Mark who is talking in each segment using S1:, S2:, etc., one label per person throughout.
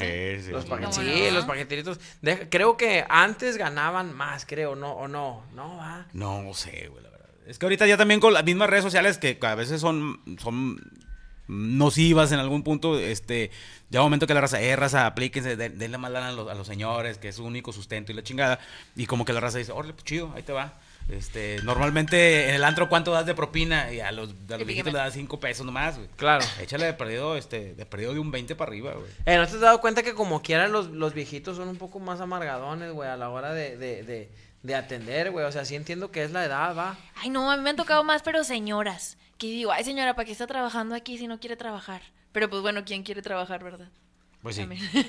S1: Eh, Sí, sí,
S2: Los
S1: sí.
S2: paquetes-
S1: ¿Cómo
S2: sí,
S1: no?
S2: los paqueteritos. Deja- creo que antes ganaban más, creo, ¿no? ¿O no? No, va.
S1: No sé, güey, la verdad. Es que ahorita ya también con las mismas redes sociales que a veces son, son nocivas en algún punto, este, ya un momento que la raza, eh, raza, aplíquense, den- denle más lana a los, a los señores, que es su único sustento y la chingada, y como que la raza dice, órale, pues chido, ahí te va. Este, normalmente en el antro, ¿cuánto das de propina? Y a los, a los viejitos le das cinco pesos nomás, güey.
S2: Claro.
S1: Échale de perdido, este, de perdido de un 20 para arriba, güey.
S2: Eh, ¿No te has dado cuenta que como quiera los, los viejitos son un poco más amargadones, güey, a la hora de, de, de, de atender, güey? O sea, sí entiendo que es la edad, va.
S3: Ay, no, a mí me han tocado más, pero señoras. Que digo, ay, señora, ¿para qué está trabajando aquí si no quiere trabajar? Pero pues bueno, ¿quién quiere trabajar, verdad?
S1: Pues sí.
S3: También. sí,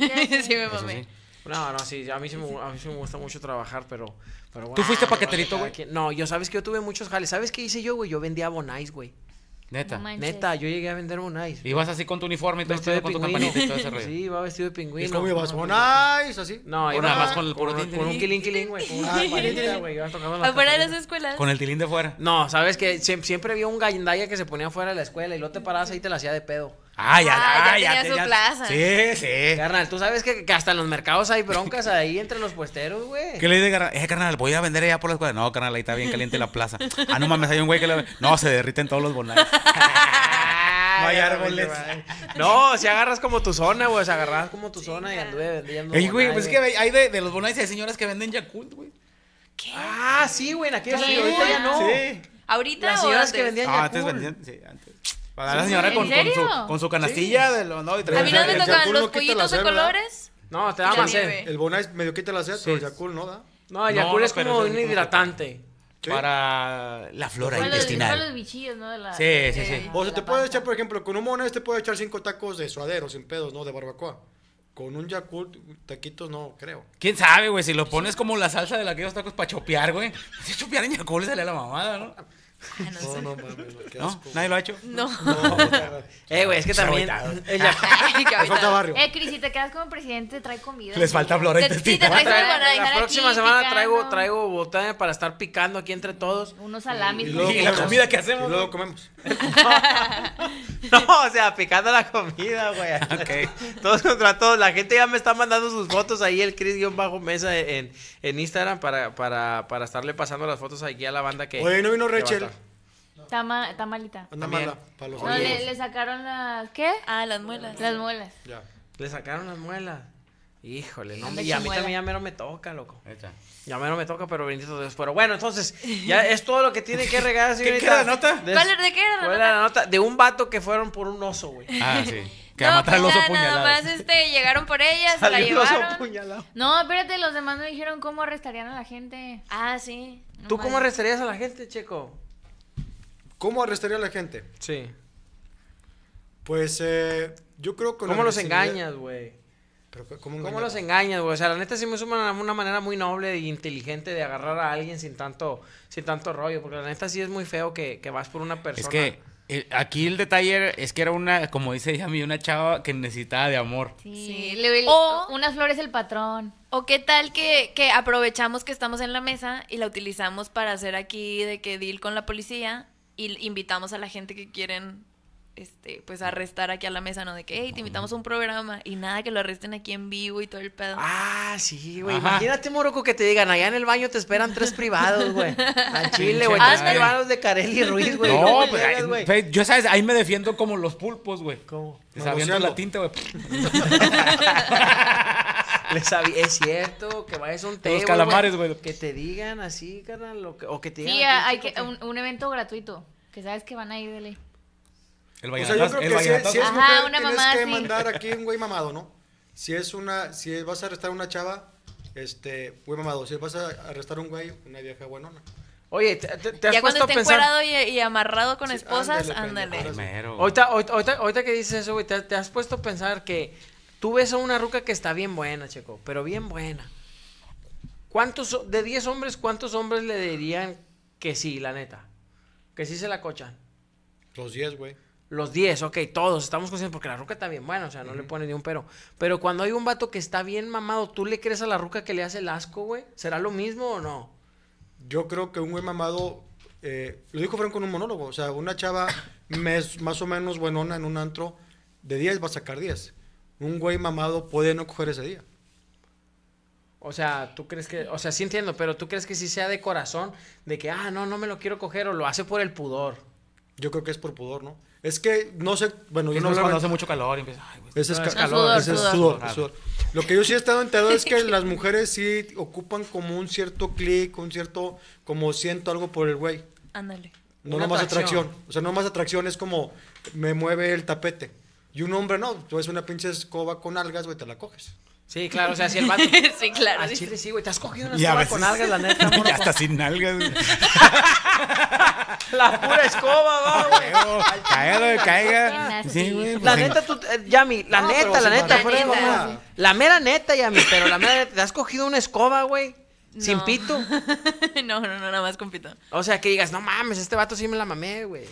S3: me
S1: Eso
S3: mamé.
S1: sí.
S2: No, no, sí, a mí sí me, gu- a mí sí me gusta mucho trabajar, pero, pero bueno.
S1: fuiste
S2: cada
S1: paqueterito, güey?
S2: quien- No, yo sabes que yo tuve muchos jales. ¿Sabes qué hice yo, güey? Yo vendía bonais, güey.
S1: Neta.
S3: No manches.
S2: Neta, yo llegué a vender bonais.
S1: Ibas así con tu uniforme y todo,
S2: Vestido de
S1: con tu
S2: pingüino.
S1: campanita y todo ese rollo.
S2: Sí, va vestido de pingüino.
S4: Es como llevas
S2: No,
S4: un
S2: no,
S4: ice, así.
S2: No, iba
S1: nada más con el puro
S2: con, un-
S1: tilín,
S2: con un
S1: tilín,
S2: kilín kilín, güey. Con una
S4: Ah,
S2: palita, güey. ibas tocando la
S3: Afuera de las
S2: campanita.
S3: escuelas.
S1: Con el tilín de fuera.
S2: No, sabes que siempre, siempre había un gandaya que se ponía fuera de la escuela y luego te parabas ahí y te la hacía de pedo.
S1: Ah, ya,
S3: Ah,
S1: ah,
S3: ya tenía
S1: te-
S3: su plaza.
S1: Sí, sí.
S2: Carnal, tú sabes que, que hasta en los mercados hay broncas ahí entre los puesteros, güey.
S1: ¿Qué le dice, carnal? Eh, carnal, voy a vender allá por la escuela. No, carnal, ahí está bien caliente la plaza. Ah, no mames, hay un güey que le... No, se derriten todos los bonales.
S2: Ah,
S1: No hay
S2: ya,
S1: árboles.
S2: güey. No, si agarras como tu zona, güey. O sea, agarras como tu zona y anduve vendiendo.
S1: Ey, güey, pues es
S2: bonais,
S1: que hay de, de los bonales hay señoras que venden Yakult, güey.
S2: Ah, sí, güey, en aquellos años.
S3: ¿Qué?
S2: Ahorita ya no.
S1: Sí.
S3: ¿Ahorita
S2: Las
S3: o
S2: señoras
S3: antes?
S2: que vendían
S1: Ah, antes
S2: Yakult.
S1: vendían, sí, antes. Para la señora con,
S5: ¿En
S1: con su,
S5: serio?
S1: con su canastilla de los... No, y traía-
S3: A mí no me
S4: El
S3: tocaban
S4: Yakult
S3: los
S4: no quita la
S3: pollitos de
S4: sed, ¿verdad?
S3: colores.
S2: No, te
S3: Y
S2: daba
S3: la
S2: más sed.
S3: nieve.
S4: El Bonais medio quita la sed, pero el Yakul no da.
S2: No, el
S1: No,
S2: Yakult
S1: no,
S2: es
S1: pero
S2: como
S1: eso es
S2: un
S1: muy poco.
S2: hidratante.
S4: ¿Sí?
S1: Para la flora
S6: Para los- Para los
S1: intestinal.
S6: bichillos, ¿no? De la,
S1: Sí, sí, sí.
S4: O sea, te puede echar, por ejemplo, con un Bonais te puede echar cinco tacos de suadero, sin pedos, ¿no? De barbacoa. Con un Yakult, taquitos no, creo.
S1: ¿Quién sabe, güey? Si lo pones como la salsa de la que los tacos para chopear, güey. Si chopear en Yakult sale la mamada, ¿no?
S6: Ah,
S4: No, no mames, qué
S1: ¿No?
S4: asco.
S1: ¿Nadie lo ha hecho?
S3: No.
S2: Eh, güey, es que
S1: Se ha
S2: también.
S1: agüitado.
S2: el Yakult-
S3: Ay, qué
S4: Me falta
S3: ahorita.
S4: barrio.
S6: Eh, Cris, si te quedas como presidente, trae comida.
S1: Les falta flora
S3: Te- sí, te
S1: intestinal.
S2: Trae-
S3: traes
S6: Ahí se van a
S2: la
S6: dejar
S2: próxima
S6: aquí
S2: semana
S6: picando.
S2: traigo, traigo botana para estar picando aquí entre todos.
S6: Unos salamis.
S4: Y
S6: con
S4: luego
S1: Y
S6: queso.
S1: la
S4: comemos.
S1: comida que hacemos,
S4: Y luego
S1: ¿no?
S4: comemos.
S2: No, o sea, picando la comida, güey. Todos contra todos. La gente ya me está mandando sus fotos ahí, el Chris-Mesa en, en Instagram para, para, para estarle pasando las fotos aquí a la banda que.
S4: Oye, no vino
S2: que va a
S4: Rachel.
S2: estar.
S6: Está, ma- está malita.
S4: Anda
S2: También.
S4: mala, para los
S6: No, le,
S4: amigos.
S6: le sacaron las. ¿Qué?
S3: Ah, las muelas.
S6: Las muelas.
S4: Ya.
S2: Le sacaron las muelas. Híjole, no,
S6: Anda
S2: y a mí
S6: chimuela.
S2: también ya mero me toca, loco.
S1: Ahí está.
S2: Ya mero me toca, pero bendito Dios. Pero bueno, entonces, ya es todo lo que tiene que regalar, señorita.
S1: queda la nota?
S2: Des-
S3: ¿Cuál era- de qué era la
S2: ¿Cuál era la nota? De un vato que fueron por un oso, güey.
S1: Ah, sí. Que
S3: No,
S1: a matar al
S3: pues
S1: oso
S3: ya nada más
S1: puñalado.
S3: este, llegaron por ella, se la
S2: Salió el oso
S3: llevaron.
S2: apuñalado.
S6: No, espérate, los demás no dijeron cómo arrestarían a la gente.
S3: Ah, sí.
S2: ¿Tú cómo arrestarías a la gente, Checo?
S4: ¿Cómo arrestaría a la gente?
S2: Sí.
S4: Pues eh, yo creo que...
S2: ¿Cómo los engañas, güey?
S4: Pero, ¿Cómo,
S2: ¿Cómo
S4: engañar?
S2: los engañas, güey? O sea, la neta sí me suman una manera muy noble e inteligente de agarrar a alguien sin tanto, sin tanto rollo. Porque la neta sí es muy feo que, que vas por una persona.
S1: Es que eh, aquí el detalle era- es que era una, como dice ella, a mí, una chava que necesitaba de amor.
S6: Sí.
S3: Sí.
S6: le-
S3: O-
S6: unas flores el patrón.
S3: O qué tal que, que aprovechamos que estamos en la mesa y la utilizamos para hacer aquí de que deal con la policía y invitamos a la gente que quieren este pues arrestar aquí a la mesa, ¿no? De que, hey, te invitamos a un programa y nada, que lo arresten aquí en vivo y todo el pedo.
S2: Ah, sí, güey.
S1: Ajá.
S2: Imagínate, Moroco, que te digan, allá en el baño te esperan tres privados, güey. Al chile, güey.
S1: Hazme-
S2: Tres privados de Carelli Ruiz, güey.
S1: no,
S2: ¿Cómo
S1: pues,
S2: llegas,
S1: ahí-
S2: güey?
S1: pues, yo, ¿sabes? Ahí me defiendo como los pulpos, güey.
S2: ¿Cómo?
S1: Sabiendo
S4: Negociando.
S1: la tinta, güey.
S2: Les avi- es cierto que vayas a un table,
S1: calamares, güey.
S2: Que te digan así, carnal, lo que- o que te digan.
S6: Sí,
S2: aquí,
S6: hay
S2: chico,
S6: que, un, un evento gratuito. Que sabes que van a ir de ley.
S1: El
S4: O sea, yo
S1: vallenatas,
S4: creo
S1: el
S4: que si,
S1: vallenatas.
S4: si es
S6: Ajá,
S4: mujer,
S6: una
S4: tienes
S6: mamá
S4: que
S6: así.
S4: mandar aquí un güey mamado, ¿no? Si es una, si vas a arrestar a una chava, este, güey mamado. Si vas a arrestar a un güey, una vieja buenona.
S2: Oye, te, te- te has
S3: ya cuando
S2: puesto a
S3: esté
S2: pensar.
S3: encuerado y, y amarrado con
S4: Sí,
S3: esposas,
S4: ándale,
S3: ándale.
S4: pendejo.
S1: Mero, güey.
S2: Ahorita, ahorita, ahorita- ahorita que dices eso, güey, te, te has puesto a pensar que tú ves a una ruca que está bien buena, checo, pero bien buena. ¿Cuántos, de 10 hombres, cuántos hombres le dirían que sí, la neta? Que sí se la cochan.
S4: Los 10, güey.
S2: Los 10, ok, todos estamos conscientes porque la ruca está bien buena, o sea, no le pone ni un pero. Pero cuando hay un vato que está bien mamado, ¿tú le crees a la ruca que le hace el asco, güey? ¿Será lo mismo o no?
S4: Yo creo que un güey mamado, eh, lo dijo Franco en un monólogo, o sea, una chava mes- más o menos buenona en un antro, de 10 va a sacar 10. Un güey mamado puede no coger ese día.
S2: O sea, tú crees que, o sea, sí entiendo, pero tú crees que sí sea de corazón, de que, ah, no, no me lo quiero coger o lo hace por el pudor.
S4: Yo creo que es por pudor, ¿no? Es que no sé, bueno, yo
S1: Uno
S4: no
S1: cuando
S4: lo
S1: hace mucho calor y empieza, ay, güey.
S4: Ese es, ca-
S2: No, es
S4: calor,
S6: sudor,
S4: ese es
S6: sudor.
S4: sudor, es sudor. Lo que yo sí he estado enterado es que las mujeres sí ocupan como un cierto clic, un cierto, como siento algo por el güey.
S3: Ándale.
S4: No
S2: Una
S4: nomás
S2: atracción.
S4: atracción. O sea, no más atracción es como me mueve el tapete. Y un hombre no, tú ves una pinche escoba con algas, güey, te la coges.
S2: Sí, claro, o sea, si el vato.
S3: Sí, claro,
S2: Al
S3: dice.
S2: chile sí, güey, te has cogido una
S1: Y a
S2: escoba
S1: veces-
S2: con algas, la neta, mono,
S1: Ya está sin nalgas, güey.
S2: con- La pura escoba, va, güey.
S1: Caiga, güey, caiga.
S6: Qué
S1: Sí, güey.
S6: nasty.
S1: pues,
S2: La
S1: en-
S2: neta, tú, eh, Yami, la
S4: No, pero
S2: neta, la
S4: sin
S2: neta,
S4: barba,
S2: fuera de
S4: sin
S2: mamada.
S4: barba.
S2: La mera neta, Yami, pero la mera neta, te has cogido una escoba, güey. Sin
S3: No.
S2: pito.
S3: no, no, no, nada más compito.
S2: O sea, que digas, no mames, este vato sí me la mamé, güey.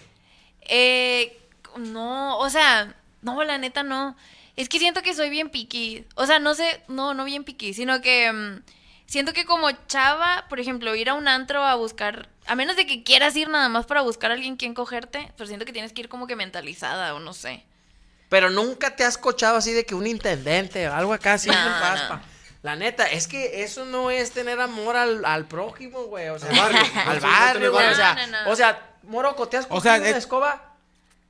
S3: Eh, no, o sea, no, la neta no. Es que siento que soy bien piqui. O sea, no sé, no, no bien piqui, sino que mm, siento que como chava, por ejemplo, ir a un antro a buscar, a menos de que quieras ir nada más para buscar a alguien quien cogerte, pero siento que tienes que ir como que mentalizada o no sé.
S2: Pero nunca te has cochado así de que un intendente o algo acá así
S3: No,
S2: en
S3: no.
S2: paspa. La neta, es que eso no es tener amor al, al prójimo, güey. O sea,
S4: Al barrio.
S2: al
S4: No, sí, no
S2: barrio, güey.
S4: tener
S2: o,
S3: barrio.
S2: sea,
S3: No, no, no.
S2: o sea, Moroco, ¿te has
S1: O
S2: cogido
S1: sea,
S2: una
S1: es-
S2: escoba?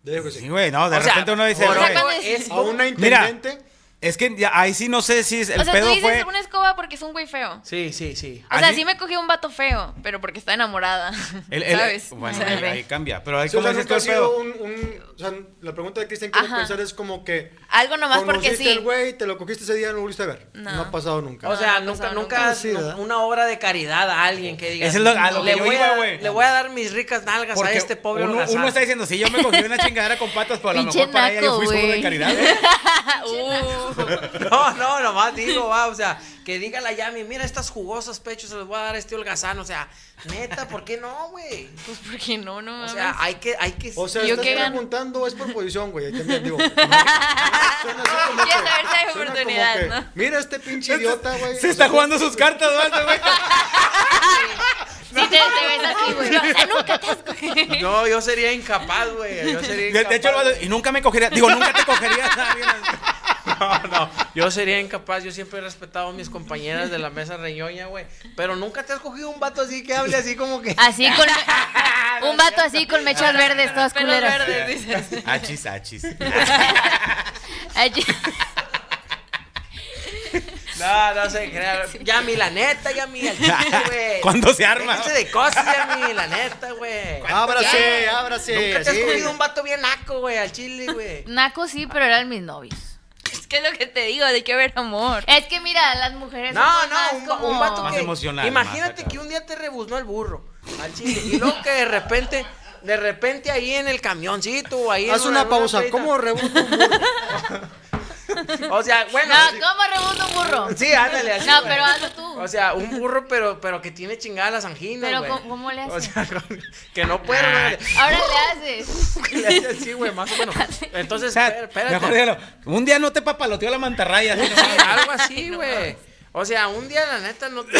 S4: Yo digo que sí.
S1: Sí, güey, no, de
S2: O sea,
S1: repente uno dice,
S2: o sea,
S1: güey,
S3: cuando-
S2: es-
S4: A una
S1: Mira.
S4: intendente,
S1: es que ya- ahí sí no sé si es- el
S3: o sea, tú
S1: pedo
S3: dices
S1: fue...
S3: una escoba porque es un güey feo.
S2: Sí, sí, sí.
S3: O
S1: A
S3: sea,
S1: mí-
S3: sí me cogió un vato feo, pero porque está enamorada.
S1: el- el- eh,
S3: ¿Sabes?
S1: Bueno,
S3: O sea,
S1: ahí, ahí cambia, pero ahí
S4: sí, o
S1: como
S4: sea,
S1: dices tú
S4: nunca ha
S1: el
S4: sido
S1: pedo.
S4: un, un- o sea, la pregunta de Cristian quiere
S3: Ajá.
S4: pensar es como que
S3: Algo nomás porque
S4: conociste
S3: sí.
S4: el güey, te lo cogiste ese día, no lo volviste a ver. No,
S3: No.
S4: ha pasado nunca.
S2: O sea,
S3: no ha
S2: nunca,
S3: pasado
S2: nunca
S3: nunca.
S2: has-
S4: Sí, ¿verdad?
S2: una obra de caridad a alguien que diga.
S1: Eso es lo- a lo que
S2: le,
S1: yo
S2: voy
S1: iba,
S2: a,
S1: güey.
S2: le voy a dar mis ricas nalgas a este pobre
S1: uno,
S2: holgazán.
S1: uno está diciendo, sí, yo me cogí una chingadera con patas, pero a lo
S6: Pinche
S1: mejor para ella yo
S6: naco,
S1: fui solo de
S6: güey.
S1: caridad. ¿eh?
S3: Uh,
S2: No, no, nomás digo, va, o sea, que diga la Yami, mira estas jugosas pechos, se los voy a dar a este holgazán, o sea, neta, ¿por qué no, güey?
S3: pues porque no, no
S2: O
S3: mames.
S2: sea, hay que, hay que...
S4: O sea,
S3: ¿Yo
S4: estás
S3: qué gano?
S4: preguntando, es por posición, güey. ahí También digo. Suena así como
S3: Quieres
S4: que-
S3: saber si hay
S4: suena como
S3: oportunidad,
S4: que,
S3: ¿no?
S4: Mira este pinche idiota, güey.
S1: Se está jugando sus cartas, ¿no? Este güey.
S6: Sí, te, te ves así, güey.
S3: o sea, nunca te has cogido.
S2: no, yo sería incapaz, güey, yo sería
S1: De,
S2: incapaz.
S1: de hecho, el vato, y nunca me cogería, digo, nunca te cogerías a alguien.
S2: No, no, yo sería incapaz, yo siempre he respetado a mis compañeras de la mesa reñoña, güey, pero nunca te has cogido un vato así que hable así como que...
S6: Así con. Un vato así con mechas verdes, todas
S3: Pelos
S6: culeros.
S3: verdes, dices.
S1: Achis, achis.
S6: Allí-
S2: No, no se crea. Yami, la neta, Yami, al chile, güey.
S1: ¿Cuándo se arma?
S2: Déjense de cosas, Yami, la neta, güey.
S4: Ábrase, ábrase.
S2: Nunca te has
S4: así.
S2: cogido un vato bien naco, güey, al chile, güey.
S6: Naco sí, pero eran mis novios.
S3: Es que es lo que te digo, de que haber amor.
S6: Es que mira, las mujeres.
S2: No,
S6: somos
S2: no,
S6: más
S2: un, va-
S6: como-
S2: un vato
S1: Más
S2: que.
S1: emocional, más
S2: imagínate
S1: acá.
S2: que un día te rebuznó el burro al chile. Y luego que de repente, de repente ahí en el camioncito o ahí. en
S4: Haz una pausa.
S2: feria-
S4: ¿Cómo rebota un burro?
S2: O sea, bueno. sí-
S6: No, ¿cómo rebota un burro?
S2: Sí, ándale así.
S6: No,
S2: güey.
S6: pero hazlo tú.
S2: O sea, un burro, pero, pero que tiene chingadas las anginas.
S6: Pero
S2: güey.
S6: ¿cómo- cómo le
S2: O
S6: hace? Ah.
S2: sea, con- que no puede, güey.
S6: Ahora le haces.
S2: Que le hace así, güey, más o menos. Entonces,
S1: O sea,
S2: espera- espérate.
S1: mejor dígalo, Un día no te papaloteó la mantarraya. así
S2: Sí,
S1: nomás.
S2: algo así, güey. O sea, un día la neta no te-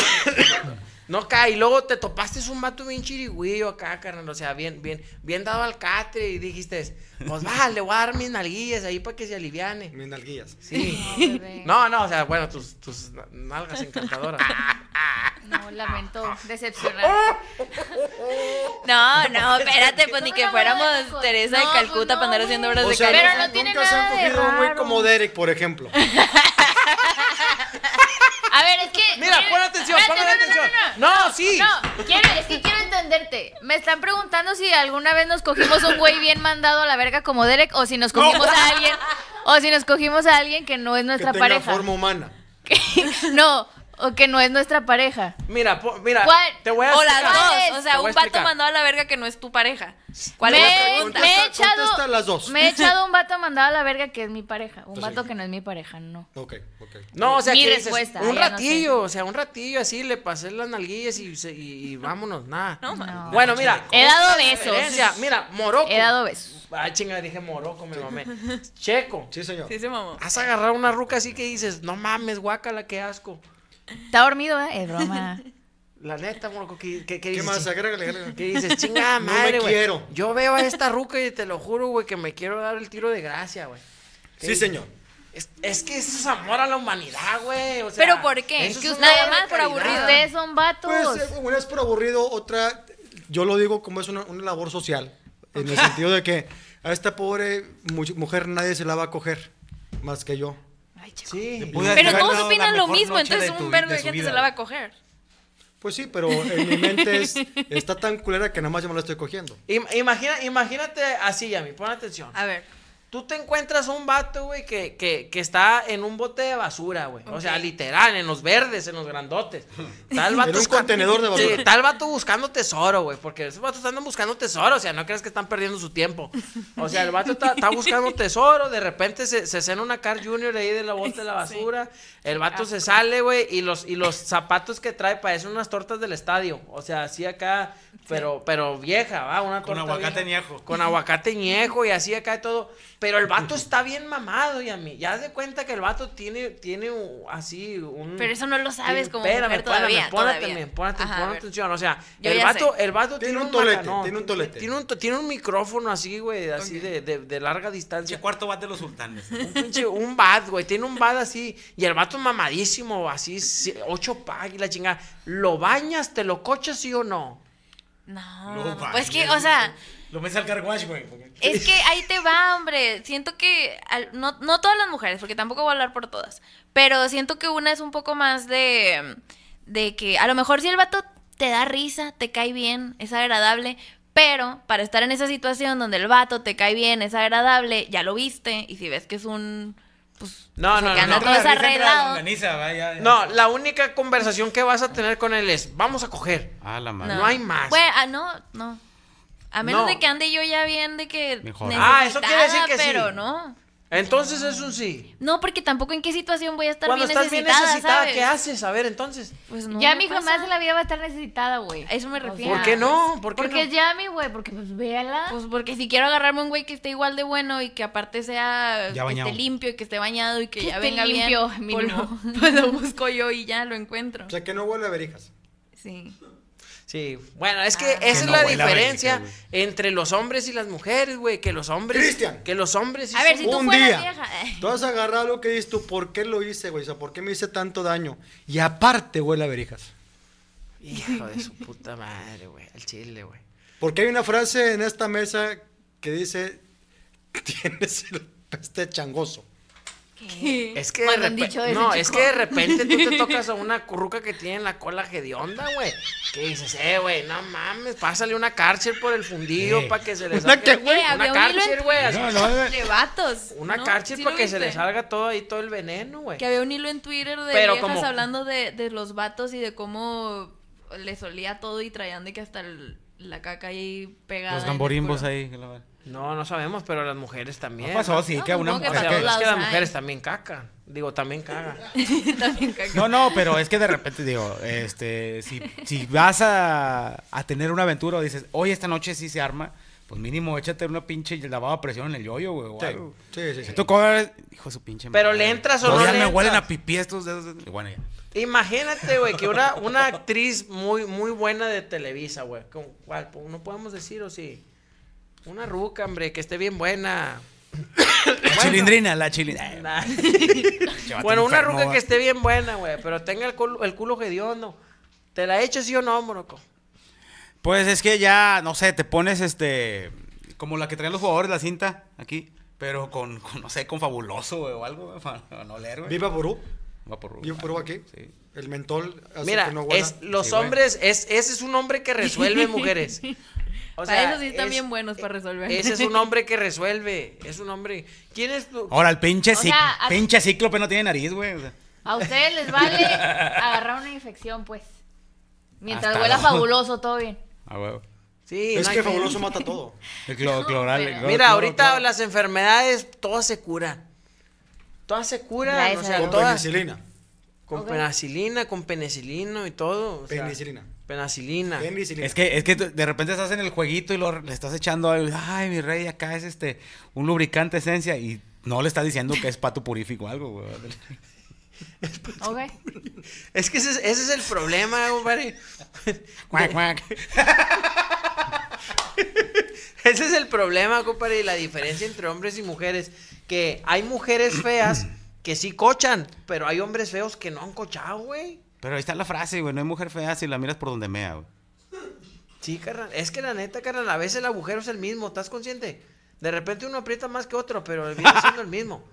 S2: no cae. Y luego te topaste un vato bien chirigüillo acá, carnal. O sea, bien, bien, bien dado al catre. Y dijiste, pues va, le voy a dar mis nalguillas ahí para que se aliviane.
S4: Mis nalguillas.
S2: Sí.
S6: bebé.
S2: No, no, o sea, bueno, tus, tus nalgas encantadoras.
S6: No,
S2: Ah,
S6: lamento
S2: ¡Oh!
S6: decepcionar.
S3: No, no, espérate, pues ni
S6: No,
S3: que
S6: no, no,
S3: fuéramos
S6: no,
S3: Teresa
S6: no,
S3: de Calcuta
S6: pues
S3: para andar
S6: no,
S3: haciendo
S6: güey.
S3: obras
S4: O
S3: de
S4: sea,
S6: Pero
S3: caridad.
S6: no tiene
S4: nunca se
S6: nada
S4: han
S6: de
S4: cogido un güey
S6: raro.
S4: como Derek, por ejemplo.
S6: A ver, es que.
S2: Mira,
S6: quiero-
S2: pon atención,
S6: Espérate,
S2: pongan
S6: no, no, no,
S2: atención.
S6: No, no,
S2: No, sí.
S6: No, quiero, es que quiero entenderte. Me están preguntando si alguna vez nos cogimos un güey bien mandado a la verga como Derek o si nos cogimos a alguien. O si nos cogimos a alguien que no es
S4: Que
S6: nuestra
S4: tenga
S6: pareja.
S4: forma humana.
S6: no, o que no es nuestra pareja.
S2: Mira, po- mira,
S6: ¿Cuál?
S2: te voy a
S3: O las
S2: explicar.
S6: ¿Cuál
S3: dos.
S6: es?
S3: O
S2: Te
S3: sea,
S2: voy a
S3: un vato
S2: explicar.
S3: mandado a la verga que no es tu pareja. ¿Cuál
S6: me,
S3: es la pregunta?
S6: me he
S4: Contesta-
S6: echado.
S4: contesta las dos. Pues
S6: Me he echado un vato mandado a la verga que es mi pareja. Un
S4: Entonces,
S6: vato que no es mi pareja, no.
S4: Ok, ok.
S2: No, o sea,
S6: Mi
S2: que dices,
S6: respuesta,
S2: un
S6: ya no
S2: ratillo,
S6: sé.
S2: o sea, un ratillo así, le pasé las nalguillas y, se- y- y vámonos, nada.
S6: No.
S2: Bueno, mira.
S6: He dado
S2: otra
S6: besos.
S2: diferencia, Mira, Morocco.
S6: He dado besos.
S2: Ah, chinga, dije Morocco, me mamé. Checo,
S4: Sí, señor.
S3: Sí, se mamó.
S2: has agarrado una ruca así que dices, no mames, guácala, qué asco.
S6: Está dormido, ¿eh? Es broma.
S2: La neta, Morocco, ¿qué, qué,
S4: ¿Qué
S2: dices?
S4: más? Agrégale, agrégale.
S2: ¿Qué dices? Chingada
S4: No
S2: madre,
S4: me
S2: güey.
S4: quiero.
S2: Yo veo a esta ruca y te lo juro, güey, que me quiero dar el tiro de gracia, güey. ¿Qué
S4: Sí,
S2: dices?
S4: señor.
S2: Es, es que eso es amor a la humanidad, güey. o sea,
S3: ¿Pero por qué?
S2: eso
S3: ¿Que
S2: es
S3: usted-
S2: una obra
S3: nada
S2: de
S3: más por
S2: caridad.
S3: aburrido?
S6: Ustedes son vatos.
S4: Pues eh, una es por aburrido, otra, yo lo digo como es una, una labor social, en el sentido de que a esta pobre mu- mujer nadie se la va a coger más que yo.
S2: Sí.
S1: Pude haber
S3: Pero todos
S1: ganado la
S3: opinan lo
S1: mejor
S3: mismo,
S1: noche
S3: entonces
S1: de tu-
S3: un vergo de
S1: su
S3: gente
S1: vida.
S3: se la va a coger.
S4: Pues sí, pero en mi mente es, está tan culera que nada más yo me la estoy cogiendo.
S2: Im- Imagina, imagínate así, Yami, pon atención.
S3: A ver.
S2: Tú te encuentras un vato, güey, que, que, que está en un bote de basura, güey. O sea, literal, en los verdes, en los grandotes. Tal vato
S4: En un
S2: busca-
S4: contenedor de basura.
S2: Sí, tal vato buscando tesoro, güey. Porque esos vatos andan buscando tesoro. O sea, no creas que están perdiendo su tiempo. O sea, el vato está, está buscando tesoro. De repente se, se cena una Car Junior ahí de la bote de la basura. El vato se sale, güey. Y los, y los zapatos que trae parecen unas tortas del estadio. O sea, así acá, pero, pero vieja, va, una
S1: Con
S2: torta
S1: aguacate
S2: vieja.
S1: añejo.
S2: Con aguacate ñejo y así acá y todo. Pero el vato está bien mamado, y a mí. Ya haz de cuenta que el vato tiene, tiene un- así un.
S3: Pero eso no lo sabes
S2: tiene-
S3: como
S2: espérame,
S3: mujer todavía.
S2: pon
S3: todavía.
S2: atención, pon atención,
S3: Ajá, a
S2: pon
S3: ver.
S2: atención. O sea,
S3: Yo
S2: el
S3: ya
S2: vato,
S3: sé.
S2: el vato tiene,
S4: Tiene un
S2: macanón,
S4: tolete, tiene un tolete.
S2: Tiene un, to- tiene un micrófono así, güey, así de, de- de larga distancia.
S1: Che, cuarto bat de los sultanes.
S2: Un pinche, un bad, güey. Tiene un bad así. Y el vato mamadísimo, así, si- ocho pag y la chingada. ¿Lo bañas, te lo coches, sí o no?
S3: No,
S1: No
S3: pues
S1: manches.
S3: que, o sea,
S1: Lo metes al carguash, güey.
S3: es que ahí te va, hombre. Siento que, al- no, no todas las mujeres, porque tampoco voy a hablar por todas, pero siento que una es un poco más de, de que a lo mejor si el vato te da risa, te cae bien, es agradable, pero para estar en esa situación donde el vato te cae bien, es agradable, ya lo viste, y si ves que es un, pues,
S2: No,
S3: o sea,
S2: no,
S3: que
S2: no,
S3: anda
S2: no.
S3: todo desarreglado.
S2: No, la única conversación que vas a tener con él es, vamos a coger.
S1: Ah, la madre.
S2: No hay más.
S3: Bueno, ah, no, no. A menos
S2: No.
S3: de que ande yo ya bien de que
S1: Mejor.
S2: Ah, eso quiere decir
S3: necesitada,
S2: que sí.
S3: pero no.
S2: Entonces es un sí.
S3: No, porque tampoco en qué situación voy a estar
S2: Cuando
S3: bien
S2: estás bien
S3: necesitada,
S2: necesitada,
S3: ¿sabes?
S2: ¿qué haces? A ver, entonces.
S3: Pues no,
S6: ya
S3: no
S6: mi
S3: pasa.
S6: jamás en la vida va a estar necesitada, güey.
S3: A eso me
S6: O sea,
S3: refiero.
S2: ¿Por qué no? ¿Por qué
S6: porque
S2: no?
S6: es Yami, güey, porque pues véala.
S3: Pues porque si quiero agarrarme un güey que esté igual de bueno y que aparte sea
S1: Ya
S3: que
S1: bañado.
S3: esté limpio y que esté bañado y que,
S6: Que
S3: ya
S6: esté
S3: venga
S6: limpio,
S3: bien, pues
S6: mínimo.
S3: lo, pues lo busco yo y ya lo encuentro.
S4: O sea, que no vuelve a verijas.
S3: Sí.
S2: Sí. Bueno, es
S3: Ah.
S2: que esa es
S1: no
S2: la
S1: huele a
S2: diferencia
S1: Bélgica,
S2: entre los hombres y las mujeres, güey. Que los hombres.
S4: Cristian.
S2: Que los hombres. sí
S3: A ver,
S2: son-
S3: si tú
S4: un
S3: fueras
S4: día,
S3: vieja. eh.
S4: tú vas a agarrar lo que dices tú, ¿por qué lo hice, güey? O sea, ¿por qué me hice tanto daño? Y aparte huele a verijas.
S2: Hijo de su puta madre, güey. Al chile, güey.
S4: Porque hay una frase en esta mesa que dice, tienes el peste changoso.
S2: Es que, de
S6: ¿Cuándo han
S2: repe-
S6: dicho eso,
S2: no,
S6: chico?
S2: es que de repente tú te tocas a una curruca que tiene la cola hedionda, güey. Que dices, eh, güey, no mames, pásale una cárcel por el fundillo
S1: Sí.
S2: para que se le
S4: ¿Una qué,
S2: salga.
S3: Pues,
S2: Una
S3: güey? Eh, Había un hilo
S2: cárcel,
S3: entre-
S2: güey. así.
S3: De vatos.
S2: Una
S3: ¿no?
S2: cárcel
S3: ¿Sí lo
S2: para que se le
S3: viste?
S2: salga todo ahí, todo el veneno, güey.
S3: Que había un hilo en Twitter de
S2: Pero
S3: viejas
S2: como-
S3: hablando de, de los vatos y de cómo les olía todo y traían de que hasta el- la caca ahí pegada.
S1: Los
S3: en el
S1: gamborimbos
S3: culo.
S1: ahí. que la madre.
S2: No, no sabemos, pero las mujeres también.
S1: No pasó, sí,
S3: No,
S1: que una
S3: supongo que
S2: O sea,
S3: para
S1: es que-
S2: es
S3: lados
S2: que las
S3: hay.
S2: mujeres también cacan. Digo, también cagan.
S3: También caca.
S1: No, no, pero es que de repente digo, este, si, si vas a, a tener una aventura o dices, hoy esta noche sí se arma, pues mínimo échate una pinche lavada a presión en el yoyo, güey. o
S4: Sí,
S1: algo.
S4: sí, sí, sí.
S1: Me tocó ver- hijo de su pinche
S2: Pero
S1: madre.
S2: ¿le entras o no
S1: ya
S2: le
S1: me huelen
S2: entras?
S1: a pipí estos dedos. eh, de- Bueno, ya.
S2: Imagínate, güey, que una, una actriz muy, muy buena de Televisa, güey. con- ¿Cuál? po- ¿No podemos decir o sí? Una ruca, hombre, que esté bien buena.
S1: La chilindrina, la eh, chilindrina.
S2: Nah.
S1: Che, vato
S2: bueno, una
S1: enfermo,
S2: ruca
S1: va.
S2: que esté bien buena, güey, pero tenga el culo, el culo hediondo. ¿Te la echo sí o no, moroco?
S1: Pues es que ya, no sé, te pones este. Como la que traen los jugadores, la cinta, aquí. Pero con, con, no sé, con fabuloso, güey, o algo, güey, para no leer, güey.
S4: Viva Burú.
S1: Va por
S4: Viva Burú aquí.
S1: Sí.
S4: El mentol. hace
S2: Mira,
S4: que no huela.
S2: es, los
S1: Sí, güey.
S2: hombres, es, ese es un hombre que resuelve, mujeres. O
S3: Para eso sí están bien buenos para resolver.
S2: Ese es un hombre que resuelve. Es un hombre. ¿Quién es tu?
S4: Oh,
S1: Ahora, el pinche,
S6: O
S1: cic-
S6: sea, a-
S1: pinche cíclope no tiene nariz, güey. o sea.
S6: A ustedes les vale agarrar una infección, pues. Mientras
S1: Hasta
S6: huela
S1: luego.
S6: fabuloso, todo bien.
S1: Ah, güey.
S2: Sí,
S4: Es
S2: no hay
S4: que
S2: pedo.
S4: fabuloso mata todo.
S1: El clo- cloral. el
S6: pero-
S1: cloro-
S2: Mira,
S1: cloro-
S2: ahorita
S1: cloro.
S2: las enfermedades todas se curan. Todas se curan,
S6: Gracias
S2: o
S6: a
S2: sea,
S4: Con
S6: Dios.
S2: todas
S4: penicilina.
S2: con
S6: Ok.
S2: penicilina, con penicilino y todo, o sea,
S4: Penicilina.
S2: Penicilina.
S4: Penicilina.
S1: Es que, es que de repente estás en el jueguito y lo, le estás echando algo. Ay, mi rey, acá es este un lubricante esencia y no le estás diciendo que es pato purífico o algo, güey.
S6: Ok.
S2: Es que ese, es- ese es el problema, compadre.
S1: Cuac, cuac.
S2: Ese es el problema, compadre, y la diferencia entre hombres y mujeres. Que hay mujeres feas que sí cochan, pero hay hombres feos que no han cochado, güey.
S1: Pero ahí está la frase, güey. No hay mujer fea si la miras por donde mea, güey.
S2: Sí, carnal. Es que la neta, carnal, a veces el agujero es el mismo, ¿estás consciente? De repente uno aprieta más que otro, pero viene siendo el mismo.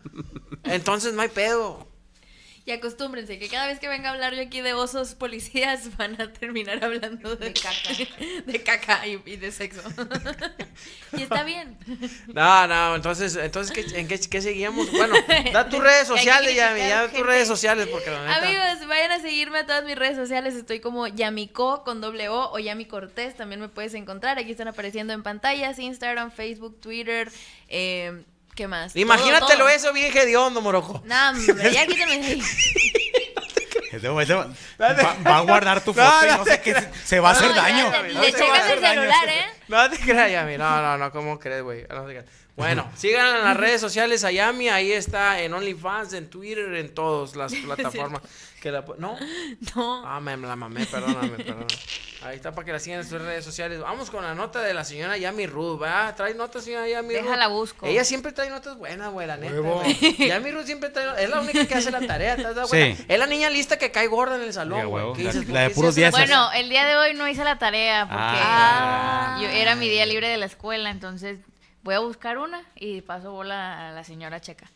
S2: Entonces no hay pedo.
S3: Y acostúmbrense que cada vez que venga a hablar yo aquí de osos policías van a terminar hablando de, caca. De caca y, y de sexo. y está bien.
S2: No, no, entonces, entonces ¿qué, ¿en qué, qué seguíamos? Bueno, da tus redes
S3: Que hay que
S2: sociales, ya,
S3: criticar
S2: ya tus
S3: gente.
S2: redes sociales, porque la neta.
S3: Amigos, vayan a seguirme a todas mis redes sociales. Estoy como Yamico con doble O o Yami Cortés. También me puedes encontrar. Aquí están apareciendo en pantallas: Instagram, Facebook, Twitter. eh, ¿Qué más? Todo,
S2: Imagínatelo
S3: todo.
S2: eso bien hediondo, moroco.
S3: No, hombre, ya quítame de ahí.
S1: Ese güey se va, va- va a guardar tu foto y no sé qué. se- Se va a hacer
S3: No, ya,
S1: daño.
S3: ya,
S2: No
S3: Le
S2: te va a
S3: checas
S2: hacer
S3: el
S2: daño.
S3: celular, ¿eh?
S2: No te creas, Yami. No, no, no, ¿cómo crees, güey? No te creas. Bueno, sigan en las redes sociales a Yami. Ahí está en OnlyFans, en Twitter, en todas las plataformas. que la, pu- ¿No?
S3: No.
S2: Ah, me la mamé, perdóname, perdóname. Ahí está para que la sigan en sus redes sociales. Vamos con la nota de la señora Yami Ruth, ¿va? Trae nota, señora Yami Ruth.
S6: Déjala, busco.
S2: Ella siempre trae notas buenas, güey, la neta.
S4: Huevo.
S2: güey. Yami Ruth siempre trae. no- Es la única que hace la tarea, ¿te has dado
S1: Sí.
S2: cuenta? Es la niña lista que cae gorda en el
S1: Ya,
S2: salón, güey.
S1: huevo.
S2: ¿Qué
S1: La-
S2: dices?
S1: la de
S2: ¿Por qué
S1: puros
S2: se hace
S1: dieces.
S2: la-
S6: Bueno, el día de hoy no hice la tarea porque
S1: Ah.
S6: yo- era mi día libre de la escuela, entonces voy a buscar una y paso bola a la señora Checa.